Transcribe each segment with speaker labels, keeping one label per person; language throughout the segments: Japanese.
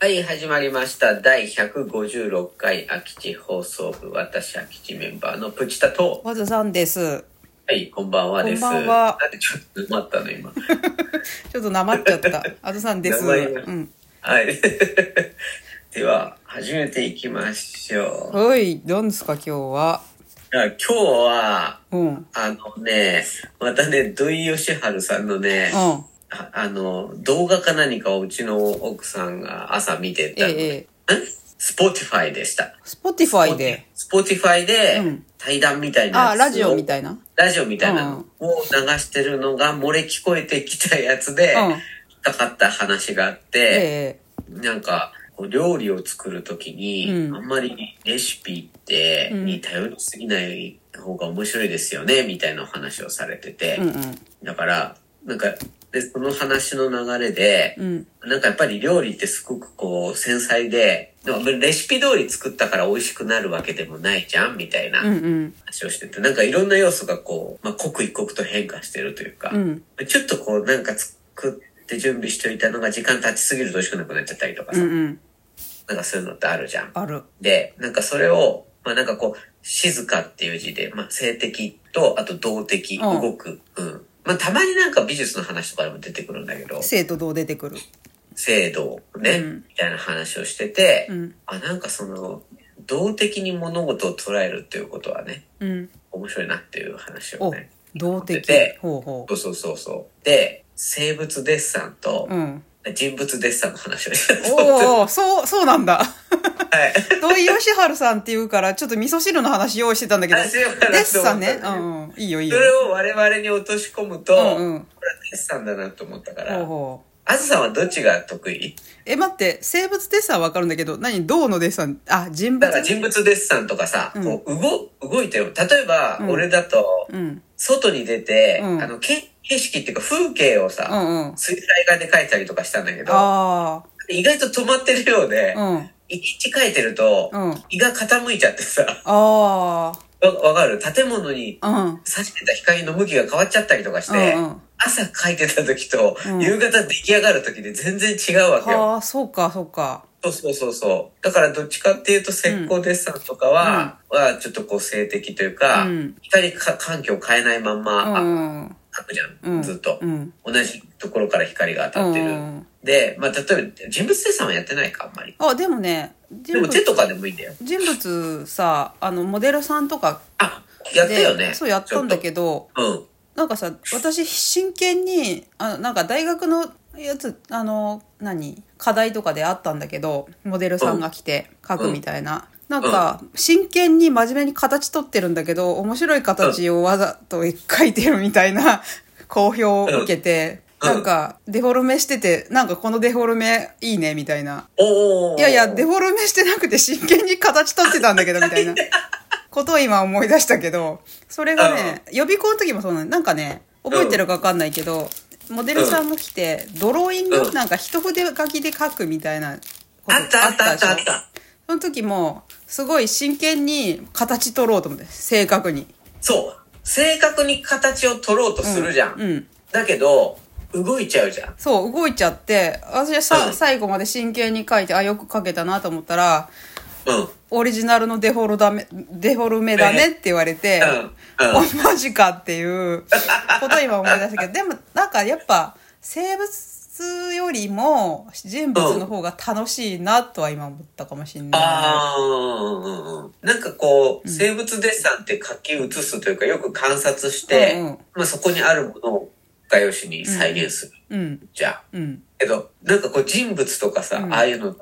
Speaker 1: はい、始まりました。第156回空き地放送部、私空き地メンバーのプチタと、
Speaker 2: わずさんです。
Speaker 1: はい、こんばんはです。
Speaker 2: こんばんは
Speaker 1: なんでちょっと待ったの、今。
Speaker 2: ちょっとなまっちゃ った。あずさんです。
Speaker 1: なまりました
Speaker 2: うん。
Speaker 1: はい。 では、始めていきましょう。
Speaker 2: はい、なんですか今日は。
Speaker 1: じゃあ今日は、
Speaker 2: うん。うん。
Speaker 1: あのね、またね、土井善晴さんのね、ああの、動画か何かをうちの奥さんが朝見て
Speaker 2: え
Speaker 1: たの。
Speaker 2: ええ
Speaker 1: スポティファイでした。
Speaker 2: スポティファイで。
Speaker 1: スポティファイで
Speaker 2: うん
Speaker 1: 対談みたいなやつを
Speaker 2: あ、ラジオみたいな。
Speaker 1: ラジオみたいなのを流してるのが漏れ聞こえてきたやつで、
Speaker 2: うん。
Speaker 1: かかった話があっ
Speaker 2: え
Speaker 1: て、
Speaker 2: え
Speaker 1: なんか、こう料理を作るときに、
Speaker 2: うん
Speaker 1: あんまりレシピって、
Speaker 2: うん
Speaker 1: に頼りすぎない方が面白いですよね、みたいなお話をされてて、
Speaker 2: うんうん。
Speaker 1: だから、なんか、で、その話の流れで、
Speaker 2: うん。
Speaker 1: なんかやっぱり料理ってすごくこう繊細で、でもレシピ通り作ったから美味しくなるわけでもないじゃんみたいな
Speaker 2: うんうん。
Speaker 1: 話をしてて、なんかいろんな要素がこう、まあ、刻一刻と変化してるというか、
Speaker 2: うん。
Speaker 1: ちょっとこうなんか作って準備しておいたのが時間経ちすぎると美味しくなくなっちゃったりとか
Speaker 2: うん
Speaker 1: さ、
Speaker 2: うん。
Speaker 1: なんかそういうのってあるじゃん。
Speaker 2: ある。
Speaker 1: で、なんかそれを、まあなんかこう、静かっていう字で、まあ性的と、あと動的、
Speaker 2: うん
Speaker 1: 動く。うん。まあたまになんか美術の話とかでも出てくるんだけど、
Speaker 2: 生徒どう出てくる。
Speaker 1: 制度ね、
Speaker 2: うん
Speaker 1: みたいな話をしてて、
Speaker 2: うん。
Speaker 1: あ、なんかその、動的に物事を捉えるっていうことはね、
Speaker 2: うん。
Speaker 1: 面白いなっていう話を
Speaker 2: お
Speaker 1: ね。、
Speaker 2: 動的
Speaker 1: で。
Speaker 2: ほうほ
Speaker 1: そうそうそうそう。で、生物デッサンと
Speaker 2: う。うん。
Speaker 1: 人物デッサンの話をしてた
Speaker 2: おーおー、そう、そうなんだ。土井善晴さんっていうから、ちょっと味噌汁の話用意してたんだけ ど。
Speaker 1: あ
Speaker 2: デ
Speaker 1: しようかな
Speaker 2: ッ
Speaker 1: と思
Speaker 2: サ
Speaker 1: った
Speaker 2: ン
Speaker 1: んだ
Speaker 2: ね
Speaker 1: け。ど
Speaker 2: うんうん。いいよいい
Speaker 1: そ
Speaker 2: よ。
Speaker 1: れを我々に落とし込むと、
Speaker 2: うんうん。
Speaker 1: これはデッサンだなと思ったか
Speaker 2: ほう
Speaker 1: ら、
Speaker 2: ほう。
Speaker 1: あずさんはどっちが得意
Speaker 2: え、待って、生物デッサンわかるんだけど、何銅のデッサンあ、人
Speaker 1: だ
Speaker 2: 物
Speaker 1: から人物デッサンとかさ、
Speaker 2: うん
Speaker 1: こう動、動いてる。例えば
Speaker 2: う、ん
Speaker 1: 俺だと、
Speaker 2: うん。
Speaker 1: 外に出て、
Speaker 2: うん
Speaker 1: あの、景景色っていうか風景をさ、
Speaker 2: うんうん。
Speaker 1: 水彩画で描いたりとかしたんだけど、
Speaker 2: あ
Speaker 1: 意外と止まってるようで
Speaker 2: あ。、うん。
Speaker 1: 一日描いてると、
Speaker 2: うん。
Speaker 1: 胃が傾いちゃってさ、
Speaker 2: あ
Speaker 1: わわかる建物に
Speaker 2: あ。うん。
Speaker 1: 差してた光の向きが変わっちゃったりとかして、
Speaker 2: うんうん
Speaker 1: 朝描いてた時と、
Speaker 2: うん
Speaker 1: 夕方出来上がる時で全然違うわけよ。
Speaker 2: はあ、そうか、そうか。
Speaker 1: そうそうそうそう。だからどっちかっていうと、石膏デッサンとかは、はちょっとこう性的というか、
Speaker 2: うん
Speaker 1: 光か環境を変えないまん
Speaker 2: う
Speaker 1: ま、あ
Speaker 2: ん。
Speaker 1: 描くじゃ、
Speaker 2: うんん。
Speaker 1: ずっと
Speaker 2: う。ん。
Speaker 1: 同じところから光が当たってる。
Speaker 2: うん
Speaker 1: で、まあ、例えば、人物生産はやってないか、あんまり。
Speaker 2: あ、でもね、
Speaker 1: で
Speaker 2: 人
Speaker 1: も手
Speaker 2: 物、
Speaker 1: とかでもいいんだよ。
Speaker 2: 人物さ、あの、モデルさんとか
Speaker 1: あ、やったよね。
Speaker 2: でそう、やったんだ
Speaker 1: ど。
Speaker 2: けど、
Speaker 1: うん。
Speaker 2: なんかさ、私、真剣に、あなんか大学のやつ、あの、何課題とかであったんだけど、モデルさんが来て書くみたいな。なんか、真剣に真面目に形取ってるんだけど、面白い形をわざと書いてるみたいな、好評を受けて、
Speaker 1: うん
Speaker 2: なんか、デフォルメしてて、なんかこのデフォルメいいね、みたいな。
Speaker 1: おー
Speaker 2: いやいや、デフォルメしてなくて真剣に形取ってたんだけど、み たいなことを今思い出したけど、それがね、予備校の時もそうなの。なんかね、覚えてるかわかんないけど、モデルさんが来て、ドローイング、
Speaker 1: うん
Speaker 2: なんか一筆書きで書くみたいなこと
Speaker 1: あったあったあったあっ
Speaker 2: でしょ
Speaker 1: た。
Speaker 2: その時も、すごい真剣に形取ろうと思って、正確に。
Speaker 1: そう。正確に形を取ろうとするじゃん。
Speaker 2: うん。
Speaker 1: だけど、動いちゃうじゃん。
Speaker 2: そう、動いちゃって、私はさ、
Speaker 1: うん
Speaker 2: 最後まで真剣に書いて、あ、よく書けたなと思ったら、
Speaker 1: うん。
Speaker 2: オリジナルのデフォルダメ、デフォルメだねって言われて、
Speaker 1: うん。うん。
Speaker 2: おマジかっていうことを今思い出した けど、でもなんかやっぱ生物よりも人物の方が楽しいなとは今思ったかもしれな
Speaker 1: あーうんうんうんなんかこう、生物デッサンって書き写すというか、よく観察して、
Speaker 2: うんうん
Speaker 1: まあそこにあるものを画用紙に再現する
Speaker 2: い。うん、
Speaker 1: じゃん。
Speaker 2: うん、
Speaker 1: けど、なんかこう人物とかさ、
Speaker 2: うん
Speaker 1: ああいうのって、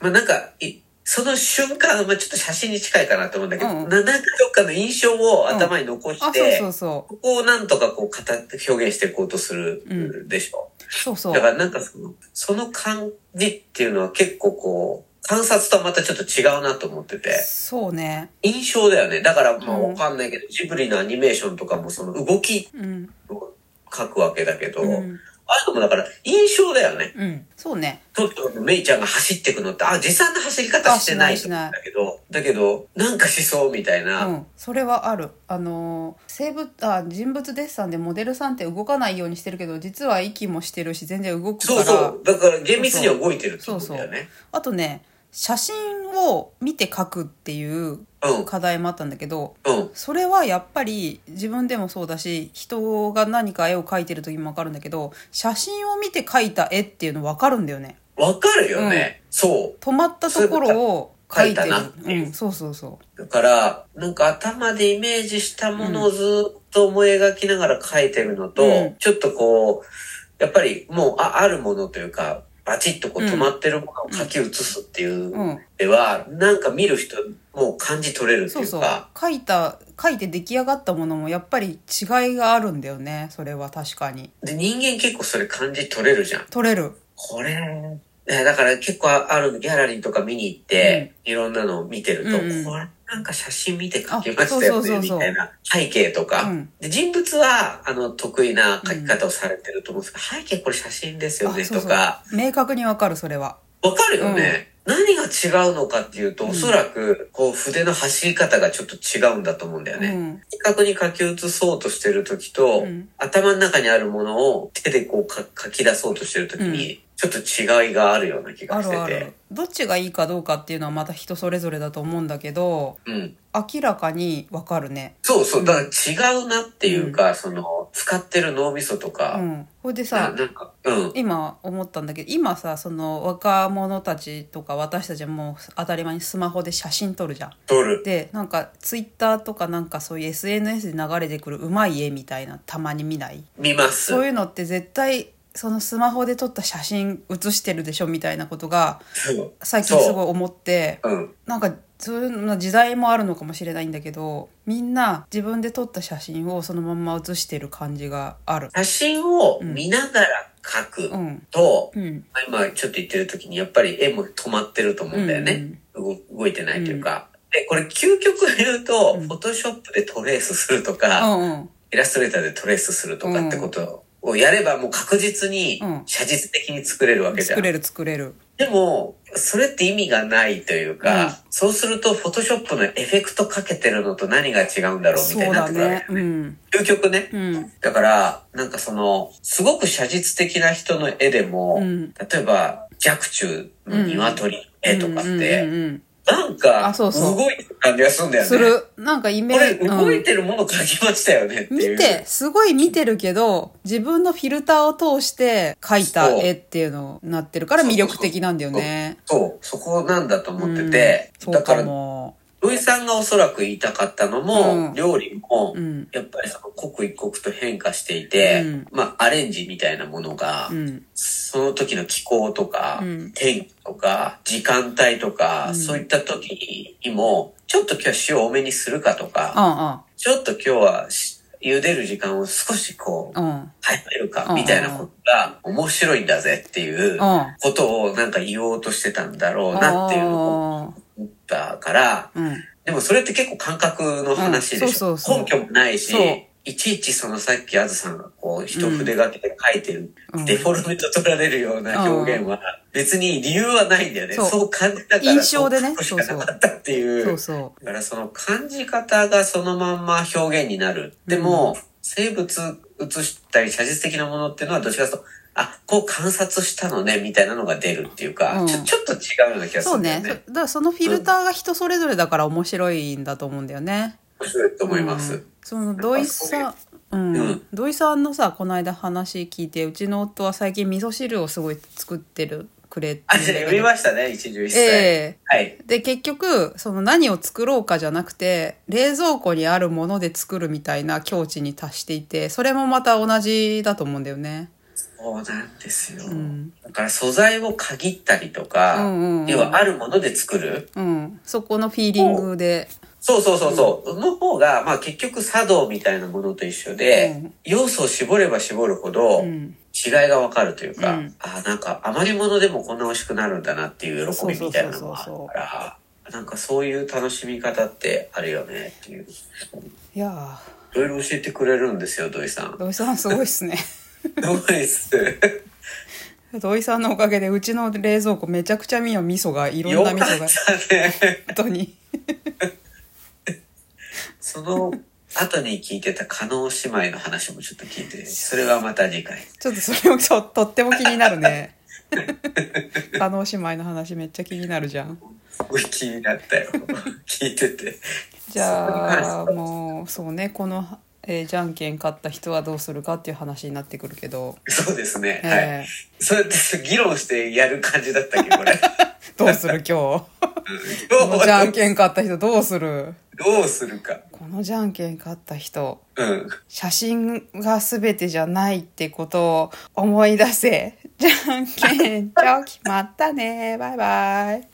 Speaker 1: まあなんかい、その瞬間、まあちょっと写真に近いかなと思うんだけど、
Speaker 2: うんうん
Speaker 1: ななんかどっかの印象を頭に残
Speaker 2: あ
Speaker 1: し
Speaker 2: そう
Speaker 1: て、
Speaker 2: そうそ
Speaker 1: ここをなんとかこう形、表現していこうとす
Speaker 2: う
Speaker 1: るでしょ。
Speaker 2: うそうそ
Speaker 1: だか
Speaker 2: う
Speaker 1: らなんかその、その感じっていうのは結構こう、観察とはまたちょっと違うなと思ってて、
Speaker 2: そうね
Speaker 1: 印象だよね。だからまあ
Speaker 2: うん
Speaker 1: わかんないけど、ジブリのアニメーションとかもその動き
Speaker 2: うん
Speaker 1: を描くわけだけど、
Speaker 2: うん
Speaker 1: ああいうのもだから印象だよね。
Speaker 2: うん。そうね。
Speaker 1: ちょっとメイちゃんが走ってくのって、あ、実際の走り方してない
Speaker 2: あしないしない
Speaker 1: だけど、だけど、なんかしそうみたいうな。
Speaker 2: ん、それはあるあの生物あ人物デッサンでモデルさんって動かないようにしてるけど実は息もしてるし全然動くか
Speaker 1: そう
Speaker 2: ら
Speaker 1: そう。だから厳密には動いてるって
Speaker 2: そ
Speaker 1: こ
Speaker 2: う
Speaker 1: と
Speaker 2: そう
Speaker 1: だよね。
Speaker 2: あとね写真を見て描くっていう
Speaker 1: うん
Speaker 2: 課題もあったんだけど
Speaker 1: うん。
Speaker 2: それはやっぱり自分でもそうだし人が何か絵を描いてる時も分かるんだけど写真を見て描いた絵っていうの分かるんだよね
Speaker 1: わかるよね。そう。
Speaker 2: 止まったところを描いて
Speaker 1: そういうことか描いたなってい
Speaker 2: る
Speaker 1: う
Speaker 2: うんそうそうそ
Speaker 1: だから、なんか頭でイメージしたものをずっと思い描きながら描いてるのと、
Speaker 2: うん
Speaker 1: ちょっとこう、やっぱりもうああるものというか、バチッとこう
Speaker 2: うん
Speaker 1: 止まってるものを書き写すっていう
Speaker 2: ううん
Speaker 1: では、なんか見る人もう感じ取れるって
Speaker 2: そ
Speaker 1: いうう
Speaker 2: そう
Speaker 1: か、
Speaker 2: 書いた書いて出来上がったものもやっぱり違いがあるんだよねそれは確かに
Speaker 1: で人間結構それ感じ取れるじゃん。
Speaker 2: 取れる
Speaker 1: これ、えだから結構ああるギャラリーとか見に行って、いろんなのを見てると、
Speaker 2: うんうん
Speaker 1: これなんか写真見て描きましたよ
Speaker 2: あそうそうそ
Speaker 1: ね、
Speaker 2: う
Speaker 1: み
Speaker 2: そう
Speaker 1: たいな背景とか、
Speaker 2: うん
Speaker 1: で。人物は、あの、得意な描き方をされてると思うんですけど、背景これ写真ですよ
Speaker 2: あ
Speaker 1: ね、
Speaker 2: そう
Speaker 1: と
Speaker 2: そう
Speaker 1: か、
Speaker 2: 明確にわかるそれは
Speaker 1: わかるよね。何が違うのかっていうと、
Speaker 2: うん
Speaker 1: おそらく、こう、筆の走り方がちょっと違うんだと思うんだよね。
Speaker 2: うん
Speaker 1: 視覚に書き写そうとしてる時と、
Speaker 2: うん
Speaker 1: 頭の中にあるものを手でこうか書き出そうとしてる時に、ちょっと違いがあるような気
Speaker 2: あ
Speaker 1: がして
Speaker 2: るあ
Speaker 1: て。
Speaker 2: るどっちがいいかどうかっていうのはまた人それぞれだと思うんだけど
Speaker 1: うん。
Speaker 2: 明らかにわかるね
Speaker 1: そうそう。だから違うなっていうか、その、使ってる脳みそと
Speaker 2: う
Speaker 1: か、
Speaker 2: んほいで
Speaker 1: な
Speaker 2: さ
Speaker 1: なんか、うん。
Speaker 2: 今思ったんだけど今さその若者たちとか私たちはもう当たり前にスマホで写真撮るじゃん
Speaker 1: 撮る。
Speaker 2: でなんかツイッターとかなんかそういう SNS で流れてくるうまい絵みたいなたまに見ない
Speaker 1: 見ます。
Speaker 2: そういうのって絶対そのスマホで撮った写真写してるでしょみたいなことが
Speaker 1: そう
Speaker 2: 最近すごい思って
Speaker 1: うん。
Speaker 2: なんかそういうの時代もあるのかもしれないんだけどみんな自分で撮った写真をそのまんま写してる感じがある。
Speaker 1: 写真を見ながら書く
Speaker 2: うん
Speaker 1: と、
Speaker 2: うん
Speaker 1: 今ちょっと言ってる時にやっぱり絵も止まってると思うんだよね。動動いてないというか。で、これ究極言うと、
Speaker 2: うん
Speaker 1: フォトショップでトレースするとか、
Speaker 2: うんうん
Speaker 1: イラストレーターでトレースするとかってことをやればもう確実に
Speaker 2: うん
Speaker 1: 写実的に作れるわけじゃん。
Speaker 2: 作れる作れる
Speaker 1: でも、それって意味がないというか、
Speaker 2: うん
Speaker 1: そうするとフォトショップのエフェクトかけてるのと何が違うんだろうみ
Speaker 2: そう
Speaker 1: たいになっ
Speaker 2: だ
Speaker 1: てくるわ
Speaker 2: ね
Speaker 1: け。
Speaker 2: うん
Speaker 1: 究極ね。
Speaker 2: うん
Speaker 1: だから、なんかその、すごく写実的な人の絵でも、
Speaker 2: うん
Speaker 1: 例えば、逆中の鶏の絵とかって、
Speaker 2: うんうんうん
Speaker 1: なんか、
Speaker 2: あそうそう
Speaker 1: 動いてる感じがするんだよ
Speaker 2: うん
Speaker 1: ね。
Speaker 2: するなんかイ
Speaker 1: こ
Speaker 2: メ
Speaker 1: れ、
Speaker 2: ージ
Speaker 1: 動いてるもの描きましたよねっていう。
Speaker 2: 見て、すごい見てるけど、自分のフィルターを通して描いた絵っていうのになってるから
Speaker 1: そう
Speaker 2: 魅力的なんだよね。
Speaker 1: そう、そこなんだと思ってて、
Speaker 2: うんそ
Speaker 1: だ
Speaker 2: う
Speaker 1: か、
Speaker 2: からも。
Speaker 1: 土井さんがおそらく言いたかったのも、
Speaker 2: うん
Speaker 1: 料理も、
Speaker 2: うん。
Speaker 1: やっぱりその刻一刻と変化していて、
Speaker 2: うん
Speaker 1: まあアレンジみたいなものが、
Speaker 2: うん。
Speaker 1: その時の気候とか、
Speaker 2: うん
Speaker 1: 天気とか、時間帯とか、
Speaker 2: うん
Speaker 1: そういった時にも、ちょっと今日塩多めにするかと
Speaker 2: う
Speaker 1: か、
Speaker 2: ん
Speaker 1: ちょっと今日はし茹でる時間を少しこう、
Speaker 2: うん。うん。
Speaker 1: 早める
Speaker 2: う
Speaker 1: か、
Speaker 2: ん
Speaker 1: みたいなことが面白いんだぜっていう
Speaker 2: うん。
Speaker 1: ことをなんか言おうとしてたんだろうなっていうのを思ったから、
Speaker 2: あーうん。
Speaker 1: でもそれって結構感覚の話でしょ、
Speaker 2: うんそうそうそ
Speaker 1: 根
Speaker 2: う
Speaker 1: 拠もないし
Speaker 2: そう、
Speaker 1: いちいちそのさっきあずさんがこう一筆書きで書いてる、
Speaker 2: うん
Speaker 1: デフォルメと取られるような表現は別に理由はないんだよね。
Speaker 2: そう
Speaker 1: そう感じたから
Speaker 2: 印象で
Speaker 1: そ
Speaker 2: ね
Speaker 1: う書くしかなかったっていう。
Speaker 2: そうそ
Speaker 1: だからその感じ方がそのまんま表現になる。でも、生物写したり写実的なものっていうのはどっちかというと、あ、こう観察したのね、みたいなのが出るっていうか、
Speaker 2: うん
Speaker 1: ちょちょっと違うような気
Speaker 2: う。
Speaker 1: がす
Speaker 2: そ
Speaker 1: る
Speaker 2: うん
Speaker 1: だよ
Speaker 2: ね。
Speaker 1: ね。
Speaker 2: そだからそのフィルターが人それぞれだから面白いんだと思うんだよね。
Speaker 1: 面白いと思います。
Speaker 2: うんその土井さん、う
Speaker 1: う
Speaker 2: ん
Speaker 1: ん
Speaker 2: 土井さんのさこの間話聞いてうちの夫は最近味噌汁をすごい作ってるくれて
Speaker 1: あ、
Speaker 2: るんだけど
Speaker 1: 読みましたね、一汁一菜。
Speaker 2: ええ
Speaker 1: はい。
Speaker 2: で結局その何を作ろうかじゃなくて冷蔵庫にあるもので作るみたいな境地に達していてそれもまた同じだと思うんだよね。
Speaker 1: そうなんですよ。
Speaker 2: ん
Speaker 1: だから素材を限ったりとか、
Speaker 2: うんうんうん
Speaker 1: 要はあるもので作る。
Speaker 2: うん、そこのフィーリングで、
Speaker 1: そうそうそうそう。の方が、まあ結局茶道みたいなものと一緒で、
Speaker 2: うん
Speaker 1: 要素を絞れば絞るほど、
Speaker 2: うん、
Speaker 1: 違いがわかるというか、
Speaker 2: うん
Speaker 1: あなんか余り物でもこんな美味しくなるんだなっていう喜びみたいなのがあ
Speaker 2: そうそうそうそう
Speaker 1: るから、なんかそういう楽しみ方ってあるよねっていう。い
Speaker 2: いや
Speaker 1: ろいろ教えてくれるんですよ、土井さん
Speaker 2: ー。土井さんすごいっすね。
Speaker 1: ノイス。
Speaker 2: 土井さんのおかげでうちの冷蔵庫めちゃくちゃみよ味噌がいろ
Speaker 1: よ
Speaker 2: ん
Speaker 1: か
Speaker 2: な
Speaker 1: っ
Speaker 2: 味噌が
Speaker 1: たね。
Speaker 2: 本当に
Speaker 1: その後に聞いてた加納姉妹の話もちょっと聞いて、それはまた次回。
Speaker 2: ちょっとそれもととっても気になる ね加納姉妹の話めっちゃ気になるじゃん
Speaker 1: すごい気になったよ。聞いてて。
Speaker 2: じゃあもうそうねこの、えーじゃんけん勝った人はどうするかっていう話になってくるけど、
Speaker 1: そうですね。
Speaker 2: え
Speaker 1: はい。
Speaker 2: ー
Speaker 1: そうやって議論してやる感じだったけど、こ れ。
Speaker 2: どうする今 日このじゃんけん勝った人どうする
Speaker 1: どうするか。
Speaker 2: このじゃんけん勝った人
Speaker 1: うん。
Speaker 2: 写真が全てじゃないってことを思い出せ。じゃんけんちょ、決まったね。バイバイ。